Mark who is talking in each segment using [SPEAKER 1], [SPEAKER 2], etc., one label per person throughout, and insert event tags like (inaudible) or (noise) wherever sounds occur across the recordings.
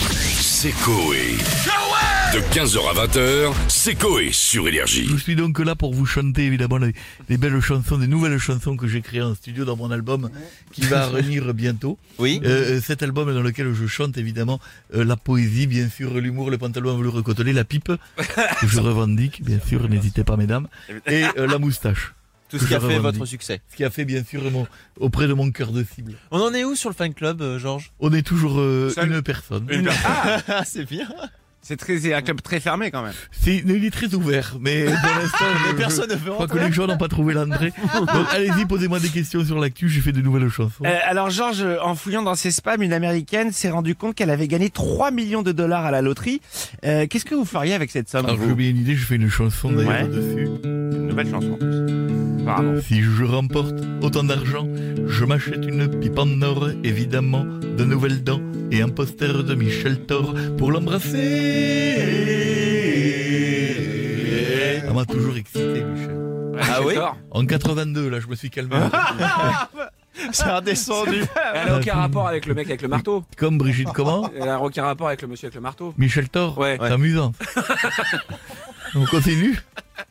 [SPEAKER 1] C'est Coé. De 15h à 20h, c'est Coé sur Énergie.
[SPEAKER 2] Je suis donc là pour vous chanter évidemment les, les belles chansons, des nouvelles chansons que j'ai créées en studio dans mon album qui va revenir bientôt.
[SPEAKER 3] Oui.
[SPEAKER 2] Euh, cet album dans lequel je chante évidemment euh, la poésie, bien sûr, l'humour, le pantalon en velours côtelé, la pipe que je revendique, bien sûr, n'hésitez pas mesdames, et euh, la moustache.
[SPEAKER 3] Tout ce qui a
[SPEAKER 2] Je
[SPEAKER 3] fait
[SPEAKER 2] revendique.
[SPEAKER 3] votre succès.
[SPEAKER 2] Ce qui a fait bien sûr mon- auprès de mon cœur de cible.
[SPEAKER 3] On en est où sur le fan club, euh, Georges
[SPEAKER 2] On est toujours euh,
[SPEAKER 4] Seul.
[SPEAKER 2] une personne.
[SPEAKER 3] Ah, c'est bien.
[SPEAKER 4] C'est très, c'est un club très fermé quand même.
[SPEAKER 2] C'est, il est très ouvert, mais pour l'instant, je-
[SPEAKER 3] (laughs) Personne ne veut
[SPEAKER 2] Je crois que
[SPEAKER 3] entrer.
[SPEAKER 2] les gens n'ont pas trouvé l'entrée. Donc allez-y, posez-moi des questions sur l'actu, j'ai fait de nouvelles chansons.
[SPEAKER 4] Euh, alors Georges, euh, en fouillant dans ses spams, une américaine s'est rendue compte qu'elle avait gagné 3 millions de dollars à la loterie. Euh, Qu'est-ce que vous feriez avec cette somme
[SPEAKER 2] Alors j'ai
[SPEAKER 4] vous
[SPEAKER 2] oublié une idée, je fais une chanson d'ailleurs
[SPEAKER 4] Ouais.
[SPEAKER 2] dessus.
[SPEAKER 4] Une nouvelle chanson en plus. Apparemment.
[SPEAKER 2] Si je remporte autant d'argent, je m'achète une pipe en or, évidemment, de nouvelles dents et un poster de Michel Thor pour l'embrasser. Ça m'a toujours excité, Michel.
[SPEAKER 3] Ah oui
[SPEAKER 4] D'accord.
[SPEAKER 2] En 82, là, je me suis calmé.
[SPEAKER 5] (laughs)
[SPEAKER 3] C'est redescendu.
[SPEAKER 5] Elle
[SPEAKER 2] Euh,
[SPEAKER 5] a aucun rapport avec le mec avec le marteau.
[SPEAKER 2] Comme Brigitte, comment
[SPEAKER 5] Elle a aucun rapport avec le monsieur avec le marteau.
[SPEAKER 2] Michel Thor
[SPEAKER 5] Ouais.
[SPEAKER 2] C'est
[SPEAKER 5] (laughs)
[SPEAKER 2] amusant. on continue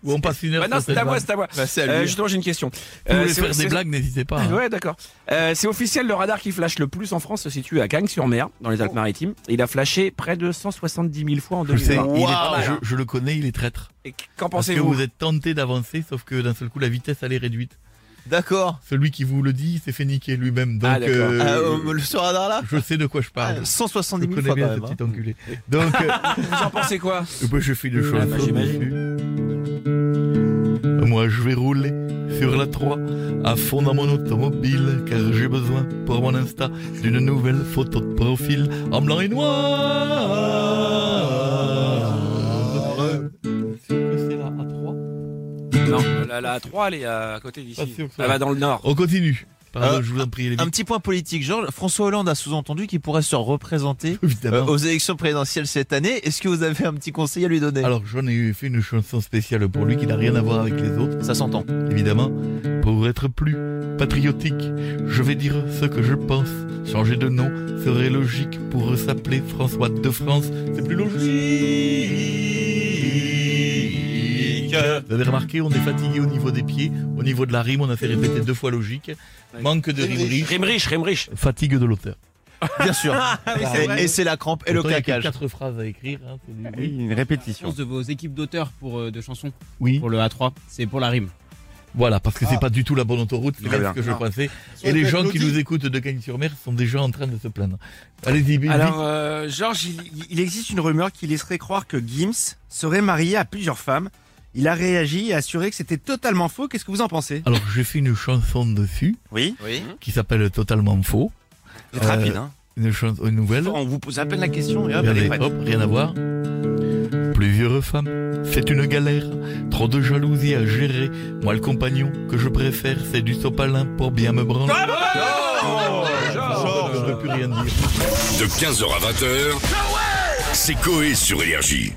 [SPEAKER 2] Ou on passe une heure
[SPEAKER 5] Bah non,
[SPEAKER 2] sur
[SPEAKER 5] c'est
[SPEAKER 2] cette
[SPEAKER 5] à moi,
[SPEAKER 2] blague
[SPEAKER 5] c'est à moi.
[SPEAKER 3] Bah, c'est à lui.
[SPEAKER 5] Euh, justement, j'ai une question.
[SPEAKER 2] Si vous
[SPEAKER 5] Euh,
[SPEAKER 2] voulez
[SPEAKER 5] c'est-
[SPEAKER 2] faire des
[SPEAKER 5] c'est-
[SPEAKER 2] blagues, n'hésitez pas. hein.
[SPEAKER 5] Ouais, d'accord. Euh, c'est officiel, le radar qui flash le plus en France se situe à Cagnes-sur-Mer, dans les Alpes-Maritimes. Il a flashé près de 170 000 fois en
[SPEAKER 2] Je sais,
[SPEAKER 5] 2020.
[SPEAKER 2] il est-
[SPEAKER 5] Waouh.
[SPEAKER 2] je, je le connais, il est traître.
[SPEAKER 5] Et qu'en
[SPEAKER 2] Parce que
[SPEAKER 5] pensez-vous
[SPEAKER 2] vous êtes tenté d'avancer, sauf que d'un seul coup, la vitesse, elle est réduite.
[SPEAKER 3] Eh, D'accord.
[SPEAKER 2] Celui qui vous le dit, il s'est fait niquer lui-même. Donc,
[SPEAKER 5] Ah, d'accord.
[SPEAKER 2] euh,
[SPEAKER 3] Ah, euh, Ah, le- ce radar là
[SPEAKER 2] je sais de quoi je parle.
[SPEAKER 3] 170
[SPEAKER 2] Je
[SPEAKER 3] 000
[SPEAKER 2] connais
[SPEAKER 3] fois
[SPEAKER 2] bien
[SPEAKER 3] quand
[SPEAKER 2] ce
[SPEAKER 3] même. hein.
[SPEAKER 2] petit enculé. Donc,
[SPEAKER 3] (laughs)
[SPEAKER 2] euh,
[SPEAKER 5] Vous en
[SPEAKER 2] (laughs)
[SPEAKER 5] pensez quoi
[SPEAKER 2] bah, je fais une
[SPEAKER 5] Ah,
[SPEAKER 2] chanson
[SPEAKER 5] bah, j'imagine.
[SPEAKER 2] dessus. Moi, je vais rouler sur la 3 à fond dans mon automobile, car j'ai besoin pour mon Insta d'une nouvelle photo de profil en blanc et noir.
[SPEAKER 5] Non, la, la 3, elle est à côté
[SPEAKER 2] Pas
[SPEAKER 5] d'ici.
[SPEAKER 2] sûr que ça
[SPEAKER 5] Elle
[SPEAKER 2] va.
[SPEAKER 5] va dans le nord.
[SPEAKER 2] On continue. Pardon,
[SPEAKER 3] Euh,
[SPEAKER 2] je vous en prie, les
[SPEAKER 3] Un petit point politique, Georges. François Hollande a sous-entendu qu'il pourrait se représenter euh,
[SPEAKER 2] (laughs) Évidemment.
[SPEAKER 3] aux élections présidentielles cette année. Est-ce que vous avez un petit conseil à lui donner
[SPEAKER 2] Alors j'en ai eu fait une chanson spéciale pour lui qui n'a rien à voir avec les autres,
[SPEAKER 3] Ça s'entend.
[SPEAKER 2] évidemment. Pour être plus patriotique, je vais dire ce que je pense. Changer de nom serait logique pour s'appeler François de France. C'est plus logique. Vous avez remarqué, on est fatigué au niveau des pieds, au niveau de la rime, on a fait répéter deux fois logique. Manque de rime riche,
[SPEAKER 5] Rime riche, rime riche.
[SPEAKER 2] fatigue de l'auteur.
[SPEAKER 3] Bien (laughs) sûr. Et- et Ah c'est la crampe et le
[SPEAKER 2] Pourtant, il y a que
[SPEAKER 3] claquage.
[SPEAKER 2] Quatre phrases à écrire. hein, c'est du- oui.
[SPEAKER 4] Ah Une répétition.
[SPEAKER 6] réponse de vos équipes d'auteurs pour euh, de chansons
[SPEAKER 2] Oui.
[SPEAKER 6] pour le A3, c'est pour la rime.
[SPEAKER 2] Voilà, parce que c'est pas du tout la bonne autoroute, c'est
[SPEAKER 4] Ah. Très
[SPEAKER 2] bien
[SPEAKER 4] bien.
[SPEAKER 2] ce que je pensais. Et les gens qui nous écoutent de Cagnes-sur-Mer sont déjà en train de se plaindre. Allez-y, vite.
[SPEAKER 4] Alors euh, Georges, il, il existe une rumeur qui laisserait croire que Gims serait marié à plusieurs femmes. Il a réagi et assuré que c'était totalement faux. Qu'est-ce que vous en pensez
[SPEAKER 2] Alors, j'ai fait une chanson dessus
[SPEAKER 4] Oui,
[SPEAKER 3] Oui.
[SPEAKER 2] qui s'appelle Totalement Faux.
[SPEAKER 4] vous êtes
[SPEAKER 2] Euh,
[SPEAKER 4] rapide. Hein.
[SPEAKER 2] Une chanson une nouvelle.
[SPEAKER 4] On vous pose à peine la question et hop, elle
[SPEAKER 2] Regardez,
[SPEAKER 4] est prête.
[SPEAKER 2] hop, rien à voir. Plusieurs femmes, c'est une galère. Trop de jalousie à gérer. Moi, le compagnon que je préfère, c'est du sopalin pour bien me branler. Oh,
[SPEAKER 5] Georges.
[SPEAKER 2] je ne peux plus rien dire.
[SPEAKER 1] De 15h à 20h, c'est Coé sur Énergie.